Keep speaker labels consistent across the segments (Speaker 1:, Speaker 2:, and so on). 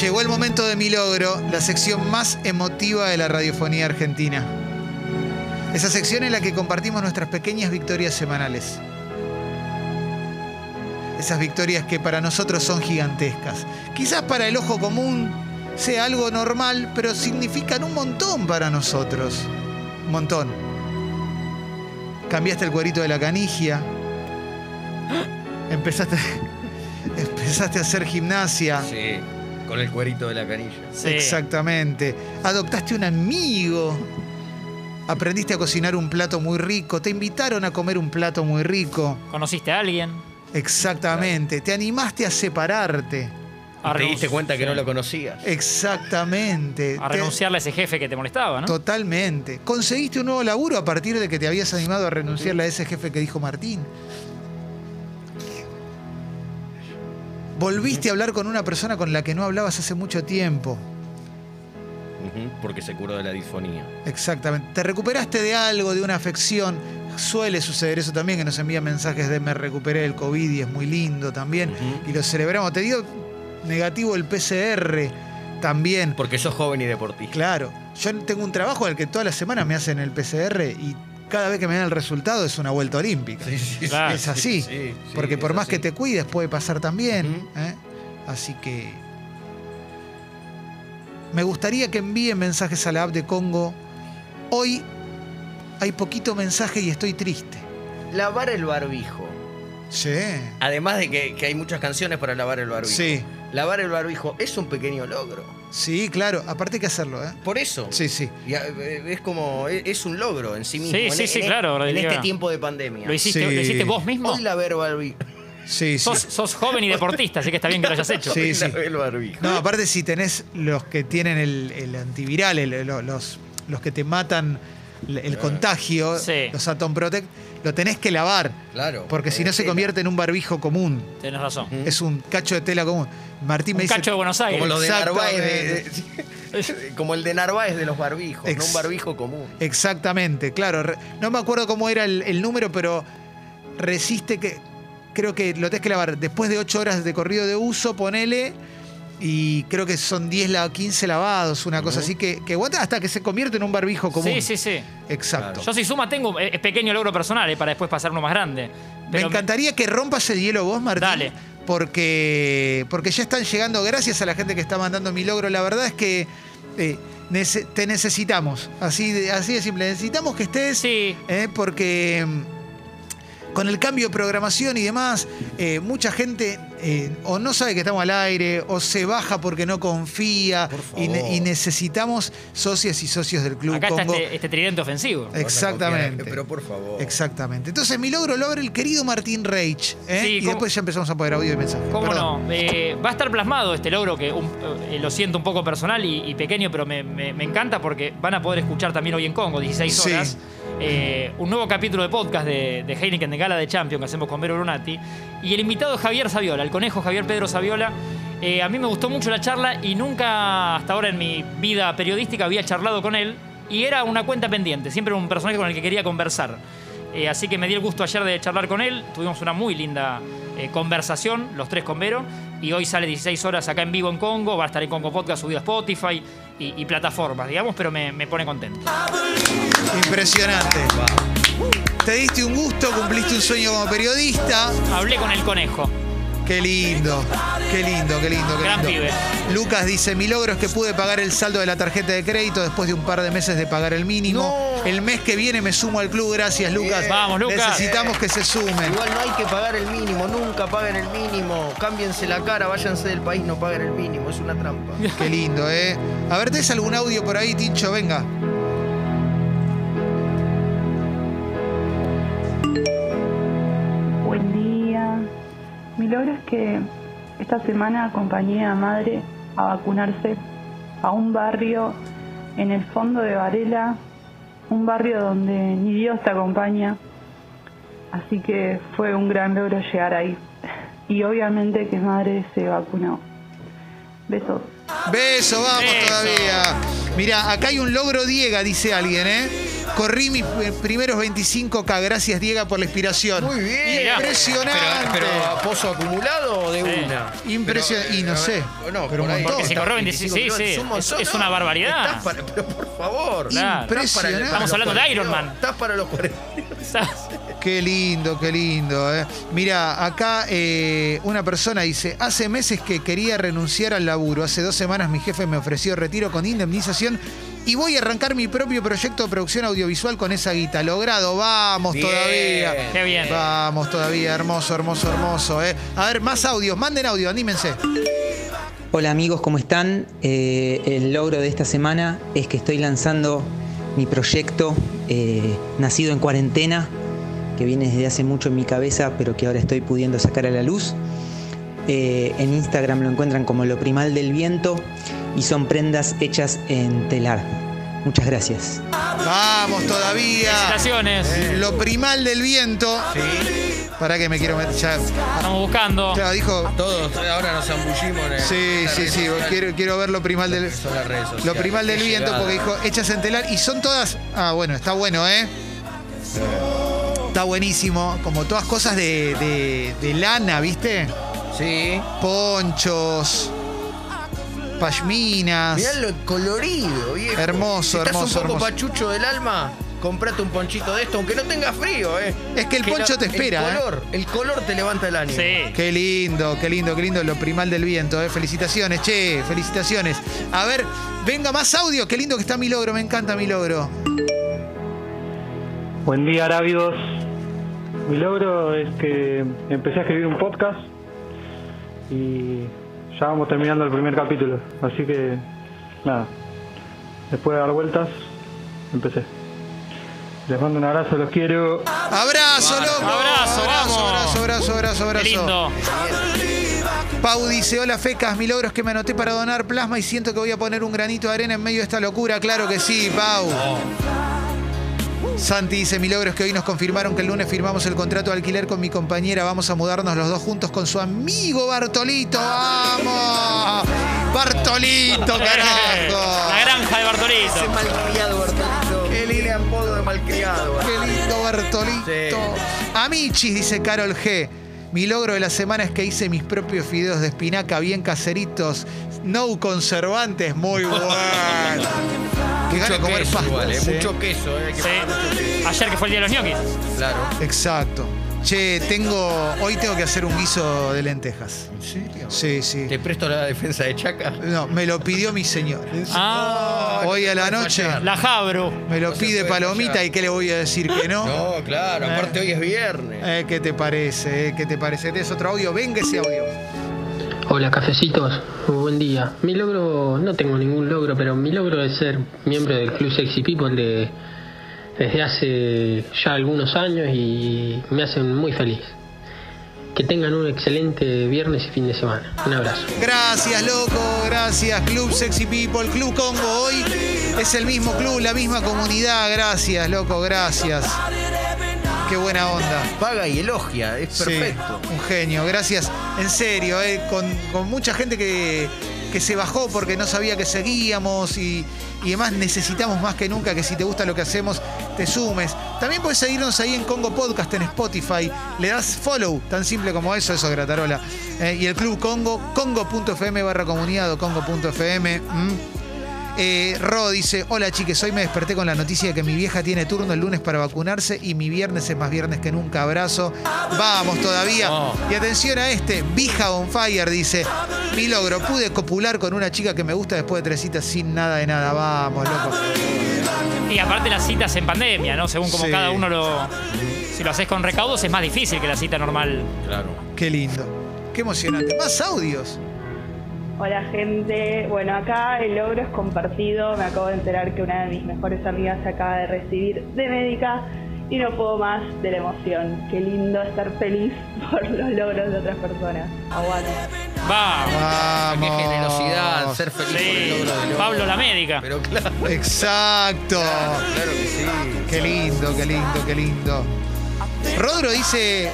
Speaker 1: Llegó el momento de mi logro, la sección más emotiva de la radiofonía argentina. Esa sección en la que compartimos nuestras pequeñas victorias semanales. Esas victorias que para nosotros son gigantescas. Quizás para el ojo común sea algo normal, pero significan un montón para nosotros. Un montón. Cambiaste el cuerito de la canigia. Empezaste, empezaste a hacer gimnasia.
Speaker 2: Sí, con el cuerito de la canilla.
Speaker 3: Sí.
Speaker 1: Exactamente. Adoptaste un amigo. Aprendiste a cocinar un plato muy rico. Te invitaron a comer un plato muy rico.
Speaker 3: ¿Conociste a alguien?
Speaker 1: Exactamente. Te animaste a separarte.
Speaker 3: A
Speaker 2: Y te diste
Speaker 3: renunci-
Speaker 2: cuenta que no
Speaker 3: Ah, sí.
Speaker 2: lo conocías.
Speaker 1: Exactamente.
Speaker 3: A
Speaker 1: Te-
Speaker 3: renunciarle a ese jefe que te molestaba, ¿no?
Speaker 1: Totalmente. Conseguiste un nuevo laburo a partir de que te habías animado a renunciarle a ese jefe que dijo Martín. Volviste a hablar con una persona con la que no hablabas hace mucho tiempo.
Speaker 2: Ujú, Porque se curó de la disfonía.
Speaker 1: Exactamente. Te recuperaste de algo, de una afección. Suele suceder eso también, que nos envían mensajes de me recuperé del COVID y es muy lindo también.
Speaker 2: Ujú.
Speaker 1: Y lo celebramos. Te dio negativo el PCR también.
Speaker 2: Porque sos joven y deportista.
Speaker 1: Claro, yo tengo un trabajo al que todas las semanas me hacen el PCR y cada vez que me dan el resultado es una vuelta olímpica.
Speaker 3: Claro.
Speaker 1: es así.
Speaker 2: sí, sí,
Speaker 1: Porque
Speaker 2: es
Speaker 1: por más
Speaker 2: así.
Speaker 1: que te cuides puede pasar también.
Speaker 2: Ujú.
Speaker 1: ¿eh? Así que me gustaría que envíen mensajes a la app de Congo. Hoy hay poquito mensaje y estoy triste.
Speaker 2: Lavar el barbijo.
Speaker 1: Sí.
Speaker 2: Además de que, que hay muchas canciones para lavar el barbijo.
Speaker 1: Sí,
Speaker 2: Lavar el barbijo es un pequeño logro.
Speaker 1: sí, claro. Aparte hay que hacerlo, ¿eh?
Speaker 2: Por eso.
Speaker 1: Sí, sí.
Speaker 2: Y, eh, es como. Es es un logro en sí mismo.
Speaker 3: Sí,
Speaker 2: en,
Speaker 3: sí, sí,
Speaker 2: en-
Speaker 3: claro,
Speaker 2: En
Speaker 3: Rodrigo.
Speaker 2: este tiempo de pandemia.
Speaker 3: ¿Lo hiciste,
Speaker 1: Sí.
Speaker 3: ¿Lo hiciste vos mismo?
Speaker 2: Hoy lavar el barbijo.
Speaker 1: Sí, sí.
Speaker 3: Sos, sos joven y deportista, así que está bien que lo hayas hecho.
Speaker 1: Sí,
Speaker 2: Hoy
Speaker 1: sí.
Speaker 2: lavé el barbijo.
Speaker 1: No, aparte si tenés los que tienen el, el antiviral, el- lo- los, los que te matan el,
Speaker 2: Ah.
Speaker 1: el contagio,
Speaker 3: Sí.
Speaker 1: los Atom Protect, lo tenés que lavar,
Speaker 2: Claro. Eh,
Speaker 1: porque si no se
Speaker 2: Tela.
Speaker 1: convierte en un barbijo común.
Speaker 3: Tenés razón.
Speaker 2: Mm.
Speaker 1: Es un cacho de tela común. Martín
Speaker 3: Un
Speaker 1: me dice...
Speaker 3: cacho de Buenos Aires.
Speaker 2: Como, los de Narváez
Speaker 1: Exactamente.
Speaker 2: de- de- como el de Narváez de los barbijos,
Speaker 1: Ex-
Speaker 2: no un barbijo común.
Speaker 1: Exactamente, claro. Re- No me acuerdo cómo era el, el número, pero resiste que... Creo que lo tenés que lavar después de 8 horas de corrido de uso, ponele... Y creo que son 10 la 15 lavados, una cosa
Speaker 2: Ujú.
Speaker 1: así que, que aguanta hasta que se convierte en un barbijo común.
Speaker 3: Sí, sí, sí.
Speaker 1: Exacto.
Speaker 3: Yo si suma tengo, eh, es pequeño logro personal, eh, para después pasar uno más grande.
Speaker 1: me
Speaker 3: Pero
Speaker 1: encantaría que rompas el hielo vos, Martín.
Speaker 3: Dale.
Speaker 1: Porque, porque ya están llegando, gracias a la gente que está mandando mi logro. La verdad es que eh, nece- te necesitamos. Así de, así de simple. Necesitamos que estés.
Speaker 3: Sí,
Speaker 1: eh, porque mm, con el cambio de programación y demás, eh, mucha gente eh, o no sabe que estamos al aire, o se baja porque no confía.
Speaker 2: Por
Speaker 1: Y, ne-
Speaker 2: favor.
Speaker 1: y necesitamos socias y socios del Club
Speaker 3: acá está
Speaker 1: Congo.
Speaker 3: este, este tridente ofensivo.
Speaker 1: Eh, Exactamente.
Speaker 2: Pero por favor.
Speaker 1: Exactamente. Entonces, mi logro lo abre el querido Martín Reich. ¿eh?
Speaker 3: Sí,
Speaker 1: y
Speaker 3: ¿cómo-
Speaker 1: después ya empezamos a poder audio y mensaje.
Speaker 3: ¿Cómo
Speaker 1: Perdón.
Speaker 3: no? Eh, va a estar plasmado este logro que un- eh, lo siento un poco personal y, y pequeño, pero me, me- me encanta porque van a poder escuchar también hoy en Congo, 16
Speaker 1: Sí.
Speaker 3: horas, eh, un nuevo capítulo de podcast de, de Heineken de Gala de Champions que hacemos con Vero Brunati. Y el invitado es Javier Saviola, el conejo Javier Pedro Saviola. Eh, a mí me gustó mucho la charla y nunca hasta ahora en mi vida periodística había charlado con él. Y era una cuenta pendiente, siempre un personaje con el que quería conversar. Eh, así que me di el gusto ayer de charlar con él. Tuvimos una muy linda eh, conversación, los tres con Vero. Y hoy sale 16 horas acá en vivo en Congo. Va a estar en Congo Podcast subido a Spotify y, y plataformas, digamos, pero me, me pone contento.
Speaker 1: Impresionante. Te diste un gusto, cumpliste un sueño como periodista.
Speaker 3: Hablé con el conejo.
Speaker 1: Qué lindo, qué lindo, qué lindo, qué
Speaker 3: Gran
Speaker 1: lindo.
Speaker 3: pibe.
Speaker 1: Lucas dice, mi logro es que pude pagar el saldo de la tarjeta de crédito después de un par de meses de pagar el mínimo.
Speaker 2: No.
Speaker 1: El mes que viene me sumo al club, gracias Lucas.
Speaker 2: Bien.
Speaker 3: Vamos, Lucas.
Speaker 1: Necesitamos que se sumen.
Speaker 2: Igual no hay que pagar el mínimo, nunca paguen el mínimo. Cámbiense la cara, váyanse del país, no paguen el mínimo, es una trampa.
Speaker 1: Qué lindo, ¿eh? A ver, ¿tenés algún audio por ahí, Tincho? Venga.
Speaker 4: Buen día. Mi logro es que esta semana acompañé a madre a vacunarse a un barrio en el fondo de Varela, un barrio donde ni Dios te acompaña. Así que fue un gran logro llegar ahí. Y obviamente que madre se vacunó. Besos.
Speaker 1: Beso, vamos
Speaker 3: Beso.
Speaker 1: todavía. Mirá, acá hay un logro Diega, dice alguien, ¿eh? Corrí mis eh, primeros 25K. Gracias, Diego, por la inspiración.
Speaker 2: Muy bien.
Speaker 1: Impresionante.
Speaker 2: Pero, pero pozo acumulado o de
Speaker 3: Sí.
Speaker 2: una.
Speaker 1: Impresionante. y
Speaker 2: Pero, eh, a
Speaker 1: no
Speaker 2: ver,
Speaker 1: sé.
Speaker 2: bueno,
Speaker 1: pero un
Speaker 2: por ahí.
Speaker 1: montón.
Speaker 3: Porque se
Speaker 2: Está
Speaker 3: corrió
Speaker 2: 25
Speaker 3: 25, sí,
Speaker 2: kilómetros,
Speaker 3: sí.
Speaker 2: un montón,
Speaker 3: Es- es
Speaker 2: no.
Speaker 3: una barbaridad.
Speaker 2: Estás para- pero por favor. Estás
Speaker 3: Claro.
Speaker 2: para-
Speaker 1: Impresionante.
Speaker 2: para
Speaker 3: Estamos
Speaker 2: los
Speaker 3: hablando de
Speaker 2: 40,
Speaker 3: Iron Man.
Speaker 2: Estás para los 40.
Speaker 1: Qué lindo, qué lindo. eh. Mira, acá eh, una persona dice, hace meses que quería renunciar al laburo, hace dos semanas mi jefe me ofreció retiro con indemnización y voy a arrancar mi propio proyecto de producción audiovisual con esa guita. Logrado, vamos
Speaker 2: Bien.
Speaker 1: todavía.
Speaker 3: Qué bien.
Speaker 1: Vamos todavía, hermoso, hermoso, hermoso. eh. A ver, más audios, manden audio, anímense.
Speaker 5: Hola amigos, ¿cómo están? Eh, el logro de esta semana es que estoy lanzando mi proyecto eh, Nacido en Cuarentena, que viene desde hace mucho en mi cabeza, pero que ahora estoy pudiendo sacar a la luz. Eh, en Instagram lo encuentran como Lo Primal del Viento y son prendas hechas en telar. Muchas gracias.
Speaker 1: Vamos todavía.
Speaker 2: Eh.
Speaker 3: Felicitaciones.
Speaker 1: Lo primal del viento. Para que me quiero meter. Ya,
Speaker 3: Estamos buscando.
Speaker 1: ya dijo.
Speaker 2: Todos ahora nos zambullimos en el- en
Speaker 1: Sí,
Speaker 2: la
Speaker 1: sí,
Speaker 2: red
Speaker 1: sí.
Speaker 2: social.
Speaker 1: Quiero, quiero ver lo primal del.
Speaker 2: Son las redes sociales.
Speaker 1: Lo primal del
Speaker 2: Qué
Speaker 1: viento,
Speaker 2: llegada.
Speaker 1: porque dijo, hechas en telar. Y son todas. Ah, bueno, está bueno, ¿eh? Está buenísimo. Como todas cosas de, de- de lana, ¿viste?
Speaker 2: Sí.
Speaker 1: Ponchos, pashminas.
Speaker 2: Mirá lo colorido, viejo.
Speaker 1: Hermoso,
Speaker 2: si estás
Speaker 1: hermoso,
Speaker 2: un poco
Speaker 1: hermoso.
Speaker 2: pachucho del alma, comprate un ponchito de esto, aunque no tenga frío, ¿eh?
Speaker 1: Es que el
Speaker 2: Que
Speaker 1: poncho
Speaker 2: lo-
Speaker 1: te espera.
Speaker 2: El
Speaker 1: ¿eh?
Speaker 2: color, el color te levanta el ánimo.
Speaker 3: Sí.
Speaker 1: Qué lindo, qué lindo, qué lindo lo primal del viento. eh. Felicitaciones, che, felicitaciones. A ver, venga más audio. Qué lindo que está mi logro, me encanta mi logro.
Speaker 6: Buen día, Arábidos. Mi logro es que empecé a escribir un podcast y ya vamos terminando el primer capítulo. Así que, nada, después de dar vueltas, empecé. Les mando un abrazo, los quiero.
Speaker 1: Abrazo, loco. abrazo,
Speaker 3: Abrazo, vamos.
Speaker 1: abrazo, abrazo, abrazo,
Speaker 3: Qué
Speaker 1: abrazo.
Speaker 3: lindo.
Speaker 1: Pau dice, hola fecas, mi logro es que me anoté para donar plasma y siento que voy a poner un granito de arena en medio de esta locura. Claro que sí, Pau. Santi dice, mi logro es que hoy nos confirmaron que el lunes firmamos el contrato de alquiler con mi compañera. Vamos a mudarnos los dos juntos con su amigo Bartolito. ¡Vamos! ¡Bartolito,
Speaker 3: La
Speaker 1: carajo!
Speaker 3: granja
Speaker 2: Ese
Speaker 3: de Bartolito.
Speaker 2: malcriado, Bartolito. Qué lindo apodo de malcriado. eh.
Speaker 1: ¡Qué lindo Bartolito!
Speaker 2: Sí.
Speaker 1: Amichis, dice Carol G. Mi logro de la semana es que hice mis propios fideos de espinaca bien caseritos, no conservantes, muy bueno. Qué gana de comer
Speaker 2: queso,
Speaker 1: pastas,
Speaker 2: igual, ¿eh?
Speaker 1: ¿eh?
Speaker 2: Mucho queso, ¿eh? Hay que
Speaker 3: Sí.
Speaker 2: poner mucho queso.
Speaker 3: Ayer que fue el día de los ñoquis.
Speaker 2: Claro.
Speaker 1: ¿eh? Exacto. Che, tengo. Hoy tengo que hacer un guiso de lentejas. ¿En serio? Sí, sí.
Speaker 2: ¿Te presto la defensa de Chaca?
Speaker 1: No, me lo pidió mi señora.
Speaker 3: Ah,
Speaker 1: Hoy a la noche
Speaker 3: la Jabro.
Speaker 1: me lo
Speaker 2: No se
Speaker 1: pide
Speaker 2: puede
Speaker 1: Palomita
Speaker 2: fallar.
Speaker 1: y ¿qué le voy a decir que no?
Speaker 2: No, claro.
Speaker 3: Eh.
Speaker 2: Aparte hoy es viernes.
Speaker 1: Eh, ¿Qué te parece? eh? ¿Qué te parece? ¿Tienes otro audio? Venga ese audio.
Speaker 7: Hola cafecitos, muy buen día. Mi logro, no tengo ningún logro, pero mi logro es ser miembro del Club Sexy People de, desde hace ya algunos años y me hacen muy feliz. Que tengan un excelente viernes y fin de semana. Un abrazo.
Speaker 1: Gracias, loco. Gracias, Club Sexy People. Club Congo hoy es el mismo club, la misma comunidad. Gracias, loco. Gracias. Qué buena onda.
Speaker 2: Paga y elogia, es
Speaker 1: Sí,
Speaker 2: perfecto.
Speaker 1: un genio, gracias. En serio, eh, con, con mucha gente que, que se bajó porque no sabía que seguíamos y, y además necesitamos más que nunca que si te gusta lo que hacemos, te sumes. También puedes seguirnos ahí en Congo Podcast, en Spotify. Le das follow, tan simple como eso, eso, Gratarola. Eh, y el Club Congo, congo.fm barra comunidad o congo.fm. ¿m? mm. Eh, Ro dice, hola chiques, hoy me desperté con la noticia de que mi vieja tiene turno el lunes para vacunarse y mi viernes es más viernes que nunca. Abrazo. Vamos todavía.
Speaker 2: No.
Speaker 1: Y atención a este, Vija on Fire dice, mi logro, pude copular con una chica que me gusta después de tres citas sin nada de nada. Vamos, loco.
Speaker 3: Y aparte las citas en pandemia, ¿no? Según como
Speaker 1: Sí.
Speaker 3: cada uno lo. Si lo haces con recaudos es más difícil que la cita normal.
Speaker 2: Claro.
Speaker 1: Qué lindo. Qué emocionante. Más audios.
Speaker 8: Hola gente, bueno acá el logro es compartido, me acabo de enterar que una de mis mejores amigas se acaba de recibir de médica y no puedo más de la emoción. Qué lindo estar feliz por los logros de otras personas. Aguante.
Speaker 3: Va.
Speaker 1: Vamos.
Speaker 2: Qué generosidad, ser feliz por el
Speaker 3: Sí.
Speaker 2: logro del otro.
Speaker 3: Pablo la médica.
Speaker 2: Pero claro,
Speaker 1: Exacto.
Speaker 2: claro que sí.
Speaker 1: Qué lindo, qué lindo, qué lindo. Rodro dice,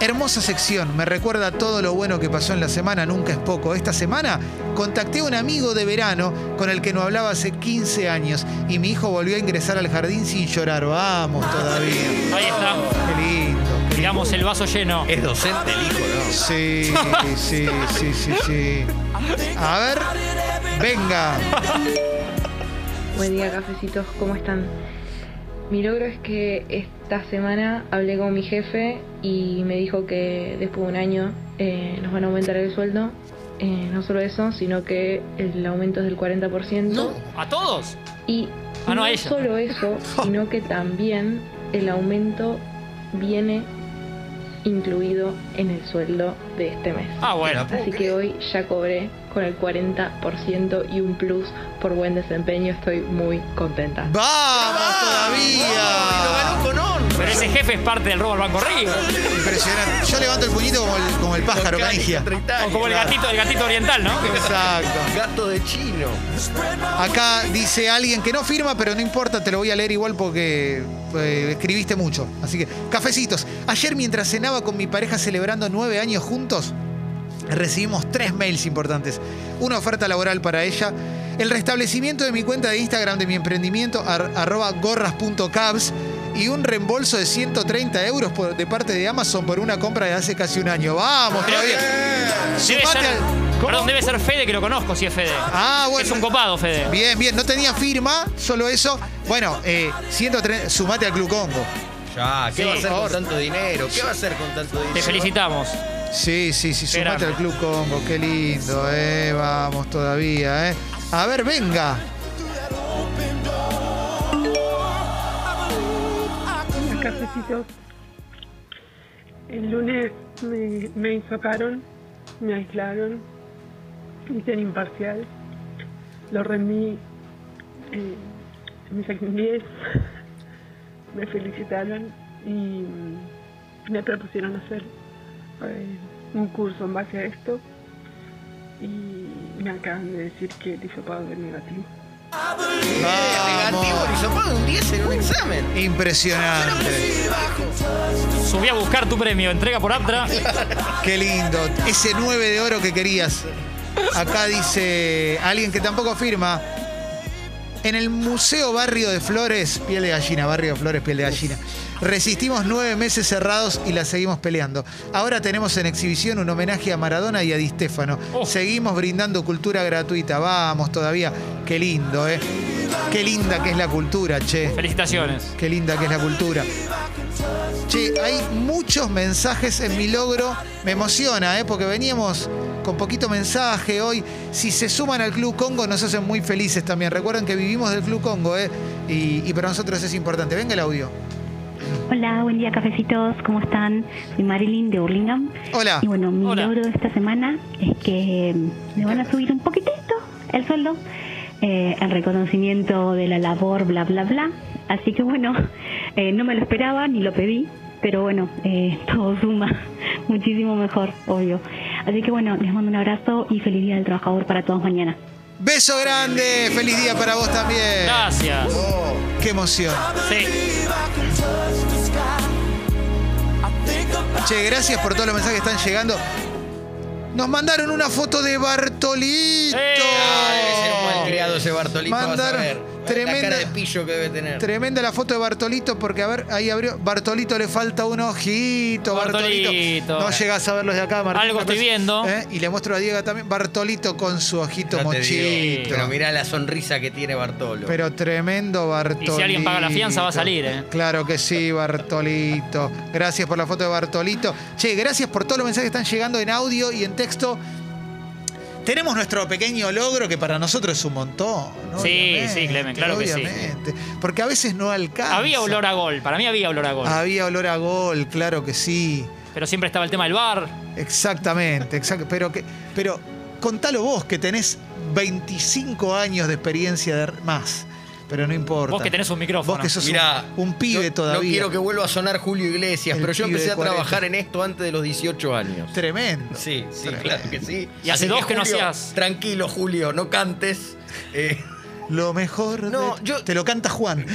Speaker 1: Hermosa sección, me recuerda todo lo bueno que pasó en la semana, nunca es poco. Esta semana contacté a un amigo de verano con el que no hablaba hace 15 años y mi hijo volvió a ingresar al jardín sin llorar. Vamos todavía.
Speaker 3: Ahí está.
Speaker 1: Qué lindo.
Speaker 3: Digamos, el vaso lleno.
Speaker 2: Eh.
Speaker 9: Es docente el hijo, ¿no?
Speaker 1: Sí, sí, sí, sí, sí. A ver, venga.
Speaker 10: Buen día, cafecitos, ¿cómo están? Mi logro es que esta semana hablé con mi jefe y me dijo que después de un año eh, nos van a aumentar el sueldo. Eh, no solo eso, sino que el aumento es del 40%.
Speaker 3: ¿A todos?
Speaker 10: Y
Speaker 3: Ah, no,
Speaker 10: no
Speaker 3: a ella.
Speaker 10: solo eso, sino que también el aumento viene incluido en el sueldo de este mes.
Speaker 3: Ah, bueno.
Speaker 10: Así que hoy ya cobré con el 40% y un plus por buen desempeño. Estoy muy contenta.
Speaker 1: Vamos
Speaker 2: ¡Ganó
Speaker 1: todavía.
Speaker 2: con honra!
Speaker 3: Pero ese jefe es parte del robo al Banco Río.
Speaker 1: Impresionante. Yo levanto el puñito como el, como el pájaro, Canigia.
Speaker 3: O como el gatito, el gatito oriental, ¿no?
Speaker 1: Exacto.
Speaker 2: Gato de chino.
Speaker 1: Acá dice alguien que no firma, pero no importa, te lo voy a leer igual porque eh, escribiste mucho. Así que, cafecitos. Ayer mientras cenaba con mi pareja celebrando nueve años juntos, recibimos tres mails importantes. Una oferta laboral para ella, el restablecimiento de mi cuenta de Instagram de mi emprendimiento, ar- arroba gorras.cabs, y un reembolso de 130 euros por- de parte de Amazon por una compra de hace casi un año. Vamos,
Speaker 3: Pero
Speaker 1: todavía.
Speaker 3: Debe
Speaker 1: Sumate
Speaker 3: ser,
Speaker 1: al-
Speaker 3: perdón, debe ser Fede, que lo conozco si es Fede.
Speaker 1: Ah, bueno.
Speaker 3: Es un copado, Fede.
Speaker 1: Bien, bien, no tenía firma, solo eso. Bueno, eh, 130, sumate al Club Congo.
Speaker 9: Ya,
Speaker 2: ¿Qué
Speaker 9: ¿qué
Speaker 2: va a hacer
Speaker 1: favor.
Speaker 2: con tanto dinero? ¿Qué va a hacer con tanto dinero?
Speaker 3: Te felicitamos.
Speaker 1: Sí, sí, sí, sumate
Speaker 3: Grande.
Speaker 1: al Club Congo, qué lindo, eh, vamos todavía, eh. A ver, venga.
Speaker 11: Los cafecitos. El lunes me, me enfocaron, me aislaron, hice el imparcial, lo rendí eh, me saqué un 10, me felicitaron y mm, me propusieron hacer eh, un curso en base a esto y me acaban de decir que el hisopado es negativo.
Speaker 2: Negativo,
Speaker 1: Vamos.
Speaker 2: Lisopado, un 10 en un examen.
Speaker 1: Impresionante,
Speaker 3: Subí a buscar tu premio. Entrega por Aptra.
Speaker 1: qué lindo. Ese 9 de oro que querías. Acá dice alguien que tampoco firma. En el Museo Barrio de Flores, piel de gallina, Barrio de Flores, piel de gallina. Resistimos nueve meses cerrados y la seguimos peleando. Ahora tenemos en exhibición un homenaje a Maradona y a Di Stéfano.
Speaker 3: Oh.
Speaker 1: Seguimos brindando cultura gratuita. Vamos todavía. Qué lindo, ¿eh? Qué linda que es la cultura, che.
Speaker 3: Felicitaciones.
Speaker 1: Qué linda que es la cultura. Che, hay muchos mensajes en mi logro. Me emociona, ¿eh? porque veníamos con poquito mensaje hoy. Si se suman al Club Congo, nos hacen muy felices también. Recuerden que vivimos del Club Congo, ¿eh? y, y para nosotros es importante. Venga el audio.
Speaker 12: Hola, buen día cafecitos, ¿cómo están? Soy Marilyn de Burlingame.
Speaker 1: Hola.
Speaker 12: Y bueno, mi
Speaker 3: Hola.
Speaker 12: logro de esta semana es que me van a subir un poquitito el sueldo, eh, el reconocimiento de la labor, bla, bla, bla. Así que bueno, eh, no me lo esperaba ni lo pedí, pero bueno, eh, todo suma muchísimo mejor, obvio. Así que bueno, les mando un abrazo y feliz Día del Trabajador para todos mañana.
Speaker 1: Beso grande. Feliz día para vos también.
Speaker 3: Gracias.
Speaker 1: Qué emoción.
Speaker 3: Sí.
Speaker 1: Che, gracias por todos los mensajes que están llegando. Nos mandaron una foto de Bartolito.
Speaker 3: ¡Eh!
Speaker 2: Ah, debe ser un mal criado ese Bartolito, vas a
Speaker 1: Mandaron
Speaker 2: ver.
Speaker 1: tremenda-
Speaker 2: La cara de pillo que debe tener.
Speaker 1: Tremenda la foto de Bartolito, porque a ver, ahí abrió. Bartolito le falta un ojito, Bartolito.
Speaker 3: Bartolito.
Speaker 1: No llegas a verlos de acá, Martín.
Speaker 3: Algo estoy
Speaker 1: Pues,
Speaker 3: viendo.
Speaker 1: ¿eh? Y le muestro a Diego también. Bartolito con su ojito
Speaker 2: No te digo,
Speaker 1: mochito.
Speaker 2: Pero mirá la sonrisa que tiene Bartolo.
Speaker 1: Pero tremendo Bartolito.
Speaker 3: Y si alguien paga la fianza, va a salir, ¿eh?
Speaker 1: Claro que sí, Bartolito. Gracias por la foto de Bartolito. Che, gracias por todos los mensajes que están llegando en audio y en texto. Tenemos nuestro pequeño logro que para nosotros es un montón.
Speaker 3: Sí,
Speaker 1: obviamente,
Speaker 3: sí, Clemen, claro que sí.
Speaker 1: obviamente. Porque a veces no alcanza.
Speaker 3: Había olor a gol. Para mí había olor a gol.
Speaker 2: Ah.
Speaker 1: Había olor a gol, claro que sí.
Speaker 3: Pero siempre estaba el tema del bar.
Speaker 1: Exactamente, exacto. Pero, que, pero contalo vos que tenés 25 años de experiencia de, más. Pero no importa.
Speaker 3: Vos que tenés un micrófono.
Speaker 1: Vos que sos
Speaker 2: Mirá,
Speaker 1: un, un pibe
Speaker 2: no-
Speaker 1: todavía.
Speaker 2: No quiero que vuelva a sonar Julio Iglesias,
Speaker 1: El
Speaker 2: pero yo
Speaker 1: pibe
Speaker 2: empecé
Speaker 1: de
Speaker 2: a
Speaker 1: 40.
Speaker 2: trabajar en esto antes de los 18 años.
Speaker 1: Tremendo.
Speaker 2: Sí, sí,
Speaker 1: Tremendo.
Speaker 2: claro que sí.
Speaker 3: Y hace dos que no
Speaker 2: Julio,
Speaker 3: hacías.
Speaker 2: Tranquilo, Julio, no cantes. Eh,
Speaker 1: Lo mejor
Speaker 2: No,
Speaker 1: de-
Speaker 2: yo-
Speaker 1: Te lo canta Juan.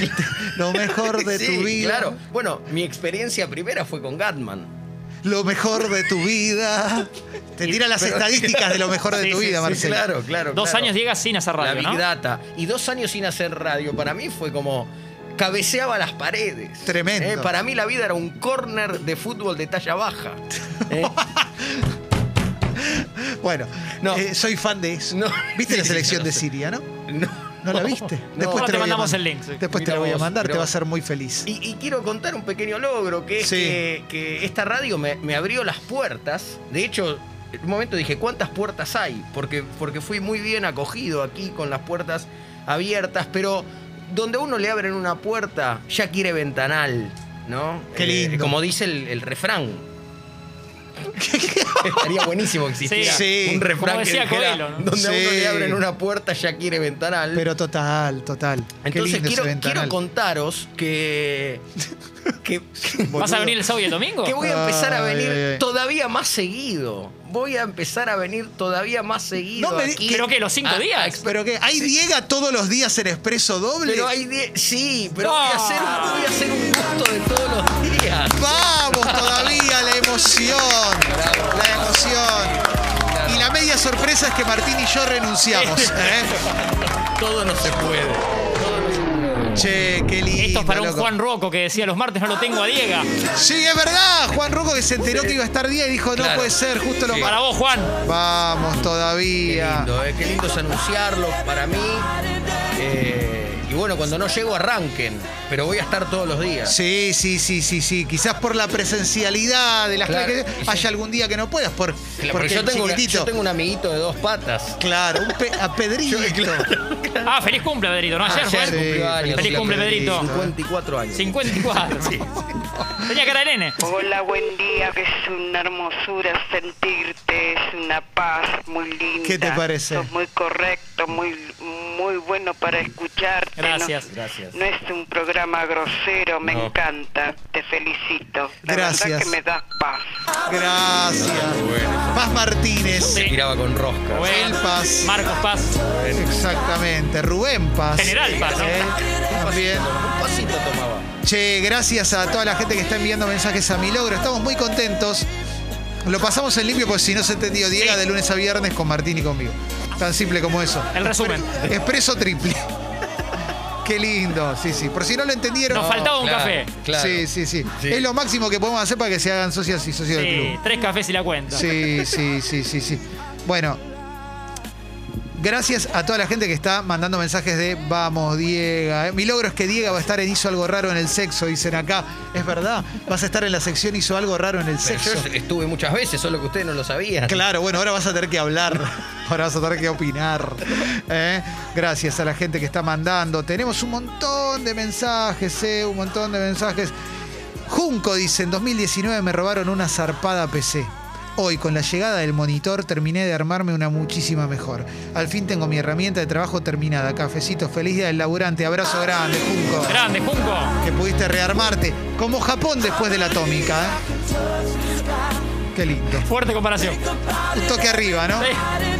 Speaker 1: Lo mejor de
Speaker 2: sí,
Speaker 1: tu vida.
Speaker 2: Claro. Bueno, mi experiencia primera fue con Gatman.
Speaker 1: lo mejor de tu vida. Te tira las
Speaker 2: Pero-
Speaker 1: estadísticas de lo mejor de
Speaker 2: Sí,
Speaker 1: tu
Speaker 2: sí,
Speaker 1: vida,
Speaker 2: sí,
Speaker 1: Marcelo.
Speaker 2: Claro, claro.
Speaker 3: Dos
Speaker 2: claro.
Speaker 3: años Diego sin hacer radio,
Speaker 2: La Big
Speaker 3: ¿no?
Speaker 2: Data. Y dos años sin hacer radio. Para mí fue como. Cabeceaba las paredes.
Speaker 1: Tremendo.
Speaker 2: Eh, Para mí la vida era un córner de fútbol de talla baja. Eh,
Speaker 1: Bueno,
Speaker 2: No.
Speaker 1: eh, soy fan de eso.
Speaker 2: No.
Speaker 1: ¿Viste la
Speaker 2: Sí,
Speaker 1: selección
Speaker 2: no
Speaker 1: de
Speaker 2: sé.
Speaker 1: Siria, no?
Speaker 2: no.
Speaker 1: ¿No la viste?
Speaker 3: Ahora
Speaker 1: Después te,
Speaker 3: te
Speaker 1: la voy a
Speaker 3: mandamos
Speaker 1: mandar.
Speaker 3: el link, sí.
Speaker 1: Después te
Speaker 2: Mira
Speaker 1: la voy a
Speaker 2: vos,
Speaker 1: mandar,
Speaker 2: pero-
Speaker 1: te va a hacer muy feliz.
Speaker 2: Y, y quiero contar un pequeño logro, que es
Speaker 1: Sí.
Speaker 2: que, que esta radio me, me abrió las puertas. De hecho, en un momento dije, ¿cuántas puertas hay? Porque, porque fui muy bien acogido aquí con las puertas abiertas, pero donde uno le abren una puerta, ya quiere ventanal, ¿no?
Speaker 1: Qué
Speaker 2: Eh,
Speaker 1: lindo.
Speaker 2: como dice el, el refrán. Estaría buenísimo que existiera
Speaker 1: Sí.
Speaker 2: un refrán
Speaker 3: Como
Speaker 2: que
Speaker 3: decía
Speaker 2: dijera,
Speaker 3: Coelho, ¿no?
Speaker 2: donde a uno
Speaker 1: Sí.
Speaker 2: le abren una puerta, ya quiere ventanal.
Speaker 1: Pero total, total. Qué
Speaker 2: Entonces
Speaker 1: lindo ese
Speaker 2: quiero, quiero
Speaker 1: ventanal.
Speaker 2: contaros que. que,
Speaker 3: ¿Vas a venir el sábado y el domingo?
Speaker 2: que voy a empezar a
Speaker 1: Ay,
Speaker 2: venir
Speaker 1: ay, ay.
Speaker 2: todavía más seguido. Voy a empezar a venir todavía más seguido.
Speaker 1: No me di-
Speaker 2: aquí.
Speaker 3: Creo que los cinco
Speaker 2: Ah,
Speaker 3: días.
Speaker 1: Pero que hay Diega todos los días en expreso doble.
Speaker 2: Pero hay die- Sí, pero
Speaker 3: No.
Speaker 2: voy,
Speaker 1: Ah.
Speaker 2: a hacer, voy a hacer un gusto de todos los días.
Speaker 1: Vamos todavía, la emoción. La emoción. Y la media sorpresa es que Martín y yo renunciamos. ¿eh?
Speaker 2: Todo no se puede.
Speaker 1: Che, qué lindo.
Speaker 3: Esto es para un
Speaker 1: loco.
Speaker 3: Juan Rocco que decía los martes no lo tengo a Diego.
Speaker 1: Sí, es verdad. Juan Rocco que se enteró que iba a estar día y dijo, no
Speaker 2: Claro.
Speaker 1: puede ser, justo lo
Speaker 3: Para vos, Juan.
Speaker 1: Vamos
Speaker 2: Qué
Speaker 1: todavía.
Speaker 2: lindo, eh, qué lindo es anunciarlo para mí. Eh, y bueno, cuando no llego arranquen, pero voy a estar todos los días.
Speaker 1: Sí, sí, sí, sí, sí. Quizás por la presencialidad de las
Speaker 2: Claro,
Speaker 1: clases
Speaker 2: sí.
Speaker 1: haya algún día que no puedas, por,
Speaker 2: Claro,
Speaker 1: porque
Speaker 2: porque yo
Speaker 1: el
Speaker 2: tengo, una-
Speaker 1: chiquitito.
Speaker 2: yo tengo un amiguito de dos patas.
Speaker 1: Claro, un pe- a Pedrito.
Speaker 3: Ah, feliz cumple, Pedrito, ¿no? Ayer,
Speaker 2: Ayer
Speaker 3: fue.
Speaker 1: sí.
Speaker 2: cumplió años.
Speaker 3: Feliz cumple, Pedrito.
Speaker 2: 54 años.
Speaker 3: 54. Tenía cara de nene.
Speaker 13: Hola, buen día, que es una hermosura sentirte, es una paz muy linda.
Speaker 1: ¿Qué te parece?
Speaker 13: Sos muy correcto, muy muy bueno para escucharte. ¿no?
Speaker 3: Gracias.
Speaker 2: Gracias.
Speaker 13: No, es un programa grosero, me
Speaker 2: No.
Speaker 13: encanta, te felicito. La
Speaker 1: Gracias.
Speaker 13: verdad que me das paz.
Speaker 1: Gracias. Paz Martínez.
Speaker 3: Sí.
Speaker 2: Tiraba con rosca.
Speaker 3: Bueno.
Speaker 1: El Paz.
Speaker 3: Marcos Paz.
Speaker 1: Exactamente. Rubén Paz.
Speaker 3: General Paz, ¿no?
Speaker 1: Eh, También.
Speaker 2: Un pasito tomaba.
Speaker 1: Che, gracias a toda la gente que está enviando mensajes a mi logro. Estamos muy contentos. Lo pasamos en limpio porque si no se entendió Diego
Speaker 3: Sí.
Speaker 1: de lunes a viernes con Martín y conmigo. Tan simple como eso.
Speaker 3: El resumen.
Speaker 1: Expreso triple. Qué lindo. Sí, sí. Por si no lo entendieron.
Speaker 3: Nos faltaba un
Speaker 2: Claro,
Speaker 3: café.
Speaker 2: Claro.
Speaker 1: Sí, sí, sí,
Speaker 2: Sí.
Speaker 1: Es lo máximo que podemos hacer para que se hagan socias y socios del
Speaker 3: Sí,
Speaker 1: club.
Speaker 3: tres cafés y la cuenta.
Speaker 1: Sí, sí, sí, sí, sí. Bueno, gracias a toda la gente que está mandando mensajes de vamos, Diego. ¿eh? Mi logro es que Diego va a estar en Hizo algo raro en el sexo, dicen acá. Es verdad, vas a estar en la sección Hizo algo raro en el
Speaker 2: Pero
Speaker 1: sexo.
Speaker 2: yo estuve muchas veces, solo que ustedes no lo sabían.
Speaker 1: Claro, bueno, ahora vas a tener que hablar, ahora vas a tener que opinar. ¿eh? Gracias a la gente que está mandando. Tenemos un montón de mensajes, ¿eh? un montón de mensajes. Junco dice, en 2019 me robaron una zarpada PC. Hoy, con la llegada del monitor, terminé de armarme una muchísima mejor. Al fin tengo mi herramienta de trabajo terminada. Cafecito, feliz día del laburante. Abrazo grande, Junco.
Speaker 3: Grande, Junco.
Speaker 1: Que pudiste rearmarte. Como Japón después de la atómica. ¿eh? Qué lindo.
Speaker 3: Fuerte comparación.
Speaker 1: Un toque arriba, ¿no?
Speaker 3: Sí.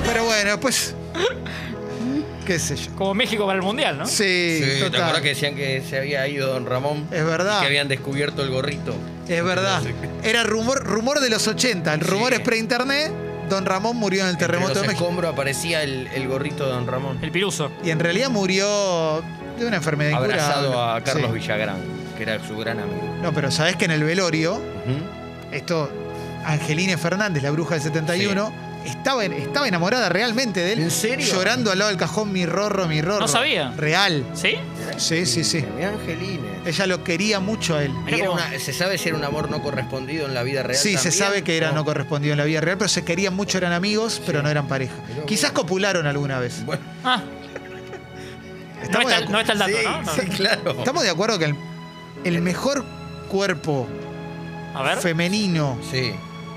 Speaker 1: Pero bueno, pues. ¿Qué sé yo?
Speaker 3: Como México para el Mundial, ¿no?
Speaker 1: Sí,
Speaker 2: Sí, ¿Te
Speaker 1: total.
Speaker 2: acuerdas que decían que se había ido Don Ramón?
Speaker 1: Es verdad.
Speaker 2: Y que habían descubierto el gorrito.
Speaker 1: Es verdad. Era rumor, rumor de los 80. El rumor
Speaker 2: Sí.
Speaker 1: es pre-internet. Don Ramón murió en el terremoto de
Speaker 2: Entre los
Speaker 1: México.
Speaker 2: escombros aparecía el, el gorrito de Don Ramón.
Speaker 3: El piruso.
Speaker 1: Y en realidad murió de una enfermedad incurable.
Speaker 2: Abrazado a Carlos
Speaker 1: Sí.
Speaker 2: Villagrán, que era su gran amigo.
Speaker 1: No, pero sabés que en el velorio,
Speaker 2: Ujú.
Speaker 1: esto, Angelina Fernández, la bruja del 71, estaba, en- estaba enamorada realmente de él.
Speaker 2: ¿En serio?
Speaker 1: Llorando al lado del cajón, mi rorro, mi rorro.
Speaker 3: No sabía.
Speaker 1: Real.
Speaker 3: ¿Sí?
Speaker 1: Sí, sí, Eh, sí.
Speaker 2: Mi Angelina.
Speaker 1: Ella lo quería mucho a él.
Speaker 2: Y
Speaker 3: Mirá
Speaker 2: era
Speaker 3: cómo-
Speaker 2: una- ¿Se sabe si era un amor no correspondido en la vida real?
Speaker 1: Sí, se
Speaker 2: también?
Speaker 1: sabe que era no correspondido en la vida real, pero se querían mucho, eran amigos, pero no eran pareja.
Speaker 2: Pero
Speaker 1: Quizás
Speaker 2: bueno.
Speaker 1: copularon alguna vez.
Speaker 2: Bueno,
Speaker 3: Ah. No
Speaker 1: Estamos de
Speaker 3: está,
Speaker 1: acu-
Speaker 3: no está el dato,
Speaker 2: sí,
Speaker 3: ¿no? No.
Speaker 2: sí, claro.
Speaker 1: Estamos de acuerdo que el, el mejor cuerpo
Speaker 3: A ver.
Speaker 1: femenino
Speaker 2: Sí.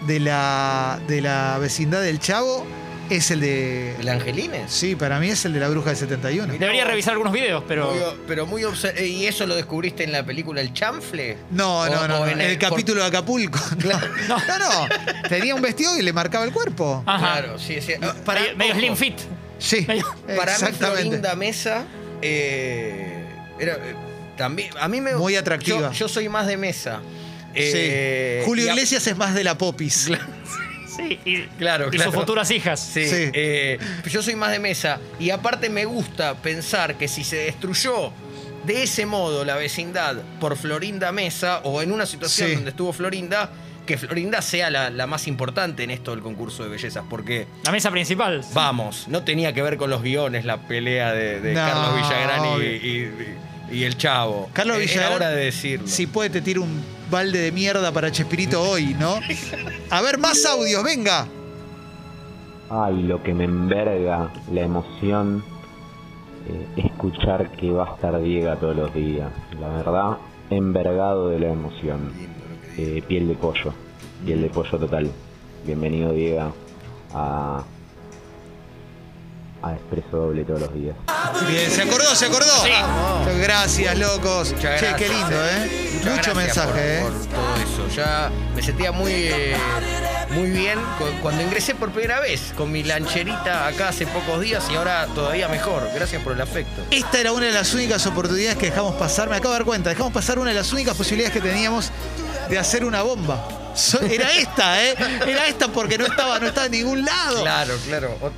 Speaker 1: de la, de la vecindad del Chavo es el de.
Speaker 2: ¿El Angelines?
Speaker 1: Sí, para mí es el de la bruja del 71.
Speaker 3: Debería revisar algunos videos, pero.
Speaker 2: Muy o- pero muy obse- ¿Y eso lo descubriste en la película El Chanfle?
Speaker 1: No,
Speaker 2: O-
Speaker 1: no, no.
Speaker 2: o
Speaker 1: no.
Speaker 2: en
Speaker 1: El,
Speaker 2: Oh, por-
Speaker 1: capítulo de Acapulco. No, no, no. Tenía un vestido y le marcaba el cuerpo.
Speaker 3: Ajá.
Speaker 2: Claro, sí, sí. Ah, Para,
Speaker 3: medio, medio
Speaker 2: ojo,
Speaker 3: slim fit.
Speaker 1: Sí.
Speaker 2: Para mí,
Speaker 1: Exactamente.
Speaker 2: Florinda Mesa eh, era, eh, también, a mí me,
Speaker 1: Muy atractiva.
Speaker 2: Yo, yo soy más de mesa. Eh,
Speaker 1: Julio
Speaker 2: y a-
Speaker 1: Iglesias es más de la popis.
Speaker 3: Sí, y,
Speaker 2: Claro,
Speaker 3: y
Speaker 2: claro.
Speaker 3: sus futuras hijas.
Speaker 2: Sí. eh, yo soy más de mesa y aparte me gusta pensar que si se destruyó de ese modo la vecindad por Florinda Mesa o en una situación
Speaker 1: Sí.
Speaker 2: donde estuvo Florinda, que Florinda sea la, la más importante en esto del concurso de bellezas, porque
Speaker 3: La mesa principal.
Speaker 2: vamos, no tenía que ver con los guiones la pelea de, de
Speaker 1: No,
Speaker 2: Carlos Villagrán y, y- y- y el Chavo.
Speaker 1: Carlos
Speaker 2: Eh,
Speaker 1: Villagrán-
Speaker 2: Era hora de decirlo.
Speaker 1: Si puede, te tiro un balde de mierda para Chespirito hoy, ¿no? A ver, más audios, venga.
Speaker 14: Ay, lo que me enverga la emoción eh, escuchar que va a estar Diego todos los días. La verdad, envergado de la emoción. Eh, piel de pollo, piel de pollo total. Bienvenido, Diego, a, a Expreso Doble todos los días.
Speaker 1: Bien, se acordó, se acordó. Gracias, locos. Che, qué lindo, ¿eh?
Speaker 2: Muchas
Speaker 1: Mucho
Speaker 2: gracias
Speaker 1: mensaje,
Speaker 2: por,
Speaker 1: ¿eh?
Speaker 2: por todo eso. Ya me sentía muy, eh, muy bien cu- cuando ingresé por primera vez con mi lancherita acá hace pocos días y ahora todavía mejor. Gracias por el afecto.
Speaker 1: Esta era una de las únicas oportunidades que dejamos pasar. Me acabo de dar cuenta, dejamos pasar una de las únicas posibilidades que teníamos de hacer una bomba. So- Era esta, ¿eh? Era esta porque no estaba, no estaba en ningún lado.
Speaker 2: Claro, claro. O-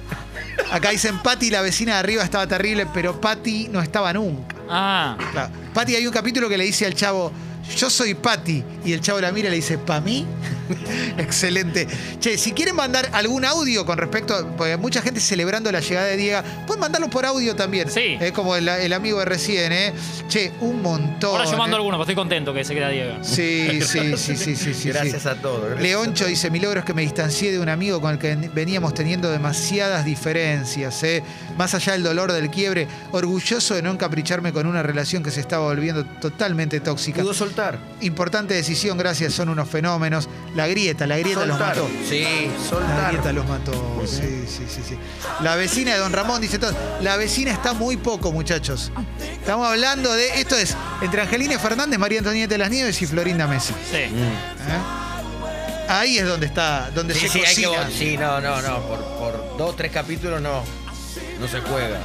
Speaker 1: Acá dicen Patty, la vecina de arriba estaba terrible, pero Patty no estaba nunca.
Speaker 3: Ah.
Speaker 1: Claro. Patty, hay un capítulo que le dice al chavo, yo soy Patty. Y el chavo la mira y le dice, ¿pa mí? Excelente. Che, si quieren mandar algún audio con respecto, a- porque mucha gente celebrando la llegada de Diego, pueden mandarlo por audio también. Sí. como el, el amigo de recién, ¿eh? Che, un montón.
Speaker 3: Ahora yo mando
Speaker 1: ¿eh?
Speaker 3: alguno, porque estoy contento que se queda Diego.
Speaker 1: Sí, sí, sí, sí, sí, sí,
Speaker 2: Gracias
Speaker 1: sí.
Speaker 2: a todos. gracias
Speaker 1: Leoncho dice, mi logro es que me distancié de un amigo con el que veníamos teniendo demasiadas diferencias, ¿eh? más allá del dolor del quiebre, orgulloso de no encapricharme con una relación que se estaba volviendo totalmente tóxica.
Speaker 2: Pudo soltar.
Speaker 1: Importante decisión, gracias, son unos fenómenos. La grieta, la grieta
Speaker 2: Soltar.
Speaker 1: los mató.
Speaker 2: Sí, soltar.
Speaker 1: La grieta los mató. Sí, sí, sí, sí. La vecina de Don Ramón dice todo. La vecina está muy poco, muchachos. Estamos hablando de. Esto es entre Angelina Fernández, María Antonieta de las Nieves y Florinda Messi.
Speaker 3: Sí.
Speaker 1: ¿eh? Ahí es donde está, donde
Speaker 2: Sí,
Speaker 1: se
Speaker 2: sí, hay que
Speaker 1: cocina.
Speaker 2: vol- sí, no, no, no. Por, por dos, tres capítulos no. No se juega.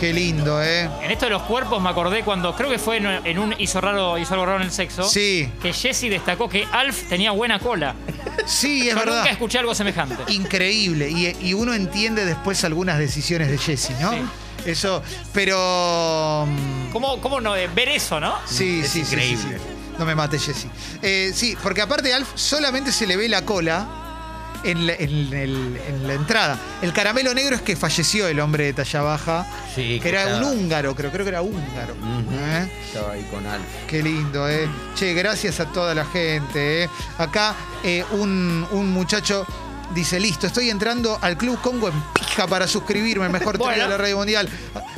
Speaker 1: Qué lindo, ¿eh?
Speaker 3: En esto de los cuerpos me acordé cuando, creo que fue en, en un hizo, raro, hizo algo raro en el sexo,
Speaker 1: Sí.
Speaker 3: que Jesse destacó que Alf tenía buena cola.
Speaker 1: Sí, es
Speaker 3: Yo
Speaker 1: verdad.
Speaker 3: nunca escuché algo semejante.
Speaker 1: Increíble. Y, y uno entiende después algunas decisiones de Jesse, ¿no? Eso, pero. mm,
Speaker 3: ¿Cómo, cómo no, eh, ver eso, no?
Speaker 1: Sí, sí, sí, sí, sí. No me mate, Jesse. Eh, sí, porque aparte Alf solamente se le ve la cola en la, en el- en la entrada. El caramelo negro es que falleció el hombre de talla baja,
Speaker 2: Sí,
Speaker 1: que era un
Speaker 2: estaba-
Speaker 1: húngaro, creo, creo que era húngaro. ¿eh?
Speaker 2: Estaba ahí con Alf.
Speaker 1: Qué lindo, ¿eh? Che, gracias a toda la gente, ¿eh? Acá eh, un, un muchacho dice, listo, estoy entrando al Club Congo en pija para suscribirme, el mejor trío de la Radio Mundial.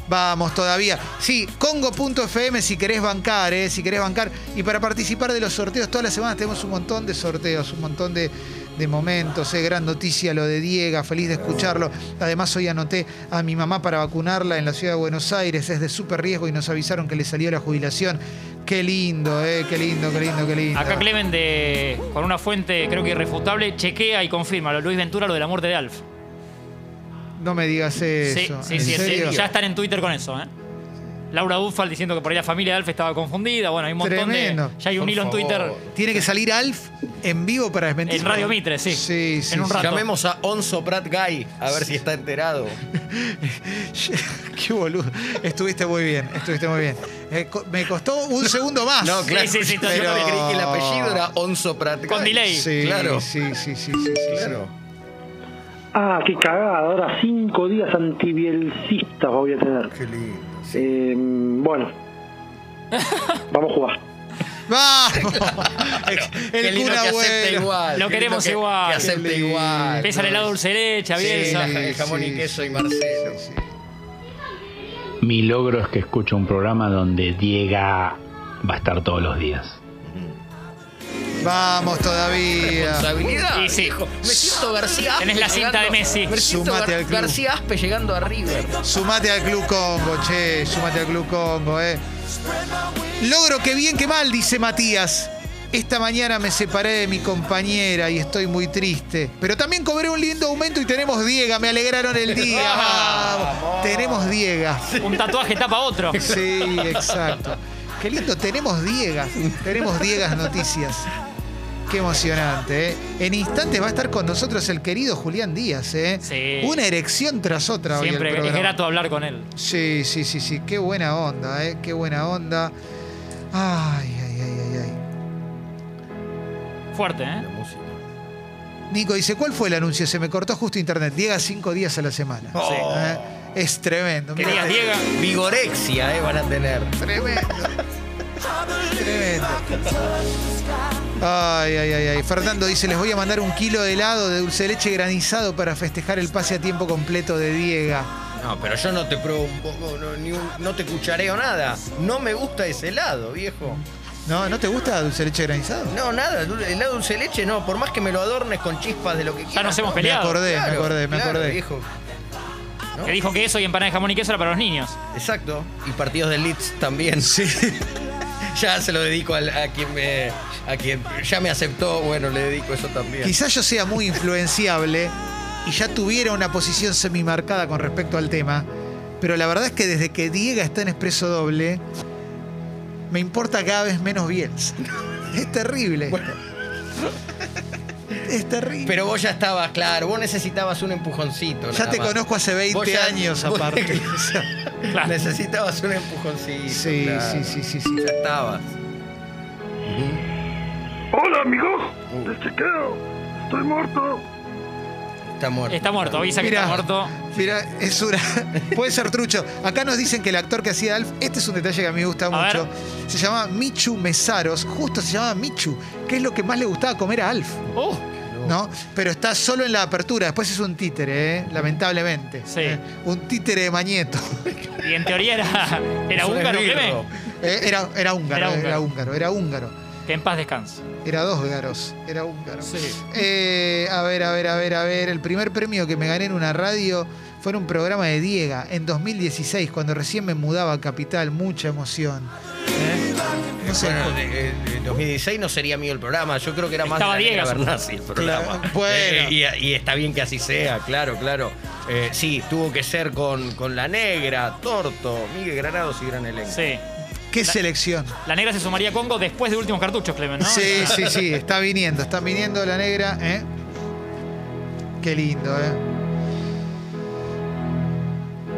Speaker 1: Vamos todavía. Sí, congo.fm si querés bancar, ¿eh? Si querés bancar. Y para participar de los sorteos, todas las semanas tenemos un montón de sorteos, un montón de, de momentos, ¿eh? Gran noticia lo de Diego, feliz de escucharlo. Además, hoy anoté a mi mamá para vacunarla en la ciudad de Buenos Aires, es de súper riesgo y nos avisaron que le salió la jubilación. Qué lindo, ¿eh? Qué lindo, qué lindo, qué lindo.
Speaker 3: Acá Clemen, de, con una fuente creo que irrefutable, chequea y confirma, lo de Luis Ventura, lo de la muerte de Alf.
Speaker 1: No me digas eso.
Speaker 3: sí,
Speaker 1: ¿En
Speaker 3: sí, sí,
Speaker 1: serio?
Speaker 3: ya están en Twitter con eso, ¿eh? Laura Buffal diciendo que por ahí la familia de Alf estaba confundida, bueno, hay un montón
Speaker 1: Tremendo.
Speaker 3: de... Ya hay un hilo en Twitter.
Speaker 1: Tiene que salir Alf en vivo para desmentir.
Speaker 3: En Radio Mitre, sí.
Speaker 1: Sí, sí.
Speaker 3: En un
Speaker 1: sí.
Speaker 3: rato.
Speaker 2: Llamemos a Onzo Prat Guy a ver si está enterado.
Speaker 1: Qué boludo. Estuviste muy bien, estuviste muy bien. Eh, co- me costó un segundo más.
Speaker 2: No, claro. Yo no le creí que el apellido era Onzo Prat Guy.
Speaker 1: Sí,
Speaker 2: claro.
Speaker 1: Sí, sí, sí, sí, sí, sí.
Speaker 2: Claro.
Speaker 6: Ah, qué cagada, ahora cinco días antibielcistas voy a tener. Qué lindo. bueno, vamos a jugar.
Speaker 1: ¡Vamos!
Speaker 2: Qué
Speaker 1: el
Speaker 2: lindo
Speaker 1: Kun
Speaker 2: que acepte
Speaker 1: Agüero.
Speaker 2: igual. qué
Speaker 3: Lo
Speaker 2: lindo
Speaker 3: queremos
Speaker 2: que-
Speaker 3: igual.
Speaker 2: Que acepte igual.
Speaker 3: Pesa el helado dulce de leche,
Speaker 2: Sí,
Speaker 3: Bielsa.
Speaker 2: la- el jamón y queso y Marcelo.
Speaker 15: Mi logro es que escucho un programa donde Diego va a estar todos los días.
Speaker 1: Vamos todavía.
Speaker 2: Responsabilidad. hijo. Me siento García Aspe.
Speaker 3: Tenés la cinta
Speaker 2: llegando-
Speaker 3: de Messi.
Speaker 2: Me siento
Speaker 1: Sumate
Speaker 2: Gar-
Speaker 1: al club.
Speaker 2: García Aspe llegando a River.
Speaker 1: Sumate al Club Congo, che, sumate al Club Congo, eh. Logro que bien que mal, dice Matías. Esta mañana me separé de mi compañera y estoy muy triste. Pero también cobré un lindo aumento y tenemos Diega, me alegraron el día. Vamos. Tenemos Diega.
Speaker 3: Un tatuaje tapa otro.
Speaker 1: Sí, exacto. Qué lindo, tenemos Diegas. Tenemos Diegas Noticias. Qué emocionante, ¿eh? En instantes va a estar con nosotros el querido Julián Díaz, ¿eh?
Speaker 3: Sí.
Speaker 1: Una erección tras otra hoy el
Speaker 3: Siempre es
Speaker 1: programa.
Speaker 3: grato hablar con él.
Speaker 1: Sí, sí, sí, sí. Qué buena onda, ¿eh? Qué buena onda. Ay, ay, ay, ay, ay.
Speaker 3: Fuerte, ¿eh?
Speaker 1: Nico dice, ¿cuál fue el anuncio? Se me cortó justo internet. Diega cinco días a la semana.
Speaker 2: Oh.
Speaker 1: ¿Eh? Es tremendo.
Speaker 2: Que
Speaker 1: Mirá,
Speaker 2: digas,
Speaker 1: te-
Speaker 2: Diego, Vigorexia, eh, van a tener.
Speaker 1: Tremendo. Tremendo. Ay, ay, ay, ay. Fernando dice, les voy a mandar un kilo de helado de dulce de leche granizado para festejar el pase a tiempo completo de Diega.
Speaker 2: No, pero yo no te pruebo un poco, no, ni un- no te cuchareo nada. No me gusta ese helado, viejo.
Speaker 1: ¿No? ¿No te gusta dulce de leche granizado?
Speaker 2: No, nada, dul- helado dulce de leche no, por más que me lo adornes con chispas de lo que quieras. Ya
Speaker 3: nos hemos
Speaker 1: Me acordé, me acordé, me acordé.
Speaker 2: Viejo.
Speaker 3: Que dijo que eso y empanada de jamón y queso era para los niños.
Speaker 2: Exacto. Y partidos de Leeds también. Sí. ya se lo dedico al- a, quien me. a quien ya me aceptó, bueno, le dedico eso también.
Speaker 1: Quizás yo sea muy influenciable y ya tuviera una posición semimarcada con respecto al tema, pero la verdad es que desde que Diega está en Expreso Doble, me importa cada vez menos Bielsa. Es terrible. Es terrible.
Speaker 2: Pero vos ya estabas, claro, vos necesitabas un empujoncito.
Speaker 1: ya
Speaker 2: nada
Speaker 1: te
Speaker 2: más.
Speaker 1: conozco hace
Speaker 2: Vos
Speaker 1: 20
Speaker 2: ya-
Speaker 1: años
Speaker 2: vos-
Speaker 1: aparte. O sea,
Speaker 2: Necesitabas un empujoncito.
Speaker 1: Sí, sí,
Speaker 2: claro.
Speaker 1: sí, sí, sí.
Speaker 2: Ya estabas.
Speaker 16: Hola, amigos.
Speaker 2: Uh.
Speaker 16: Te chequeo. Estoy muerto.
Speaker 2: Está muerto.
Speaker 3: Está muerto, avisa que
Speaker 1: Mirá.
Speaker 3: está muerto.
Speaker 1: Mira, es una. Puede ser trucho. Acá nos dicen que el actor que hacía Alf, este es un detalle que a mí me gusta mucho. Se llamaba Michu Mesaros, justo se llamaba Michu, que es lo que más le gustaba comer a Alf.
Speaker 3: Oh.
Speaker 1: ¿No? Pero está solo en la apertura, después es un títere, ¿eh? lamentablemente.
Speaker 3: Sí.
Speaker 1: ¿eh? Un títere de mañeto.
Speaker 3: Y en teoría era, era
Speaker 1: Es un
Speaker 3: húngaro,
Speaker 1: esbirro.
Speaker 3: Clemen.
Speaker 1: Eh, era, era húngaro,
Speaker 3: Era
Speaker 1: era,
Speaker 3: húngaro.
Speaker 1: húngaro, era húngaro.
Speaker 3: Que en paz descanse.
Speaker 1: Era dos garos, era húngaro.
Speaker 3: Sí.
Speaker 1: Eh, a ver, a ver, a ver, a ver. El primer premio que me gané en una radio fue en un programa de Diega en 2016, cuando recién me mudaba a Capital. Mucha emoción. No sé.
Speaker 2: Bueno, de- eh, en 2016 no sería mío el programa. Yo creo que era más
Speaker 3: Estaba
Speaker 2: de la Negra
Speaker 3: Diego,
Speaker 2: Bernassi el programa.
Speaker 1: Claro, bueno.
Speaker 2: Eh, y, y está bien que así sea, claro, claro. Eh, sí, tuvo que ser con, con La Negra, Torto, Miguel Granados y Gran Elenco.
Speaker 3: Sí.
Speaker 1: Qué selección.
Speaker 3: La negra se sumaría a Congo después de últimos cartuchos, Clemen, ¿no?
Speaker 1: Sí,
Speaker 3: Era-
Speaker 1: sí, sí, está viniendo, está viniendo la negra, ¿eh? Qué lindo, ¿eh?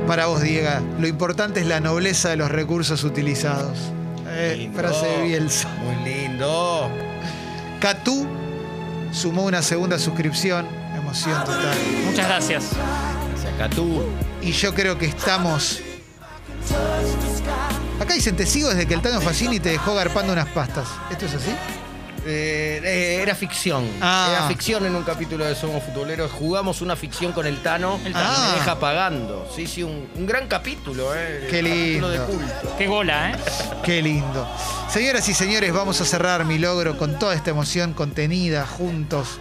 Speaker 1: Para vos, Diega, lo importante es la nobleza de los recursos utilizados. Eh,
Speaker 2: Lindo.
Speaker 1: frase de Bielsa.
Speaker 2: Muy lindo.
Speaker 1: Catú sumó una segunda suscripción. Emoción total.
Speaker 3: Muchas gracias.
Speaker 2: Gracias, Catú.
Speaker 1: Y yo creo que estamos. Acá dicen, te sigo desde que el Tano Facini te dejó garpando unas pastas. ¿Esto es así?
Speaker 2: Eh, eh, era ficción.
Speaker 1: Ah.
Speaker 2: Era ficción en un capítulo de Somos Futboleros. Jugamos una ficción con el Tano. El
Speaker 1: Tano.
Speaker 2: Me
Speaker 1: Ah.
Speaker 2: deja pagando. Sí, sí, un, un gran capítulo, ¿eh?
Speaker 1: Qué
Speaker 2: Capítulo de
Speaker 1: lindo.
Speaker 2: culto.
Speaker 3: Qué gola, ¿eh?
Speaker 1: Qué lindo. Señoras y señores, vamos a cerrar mi logro con toda esta emoción contenida juntos.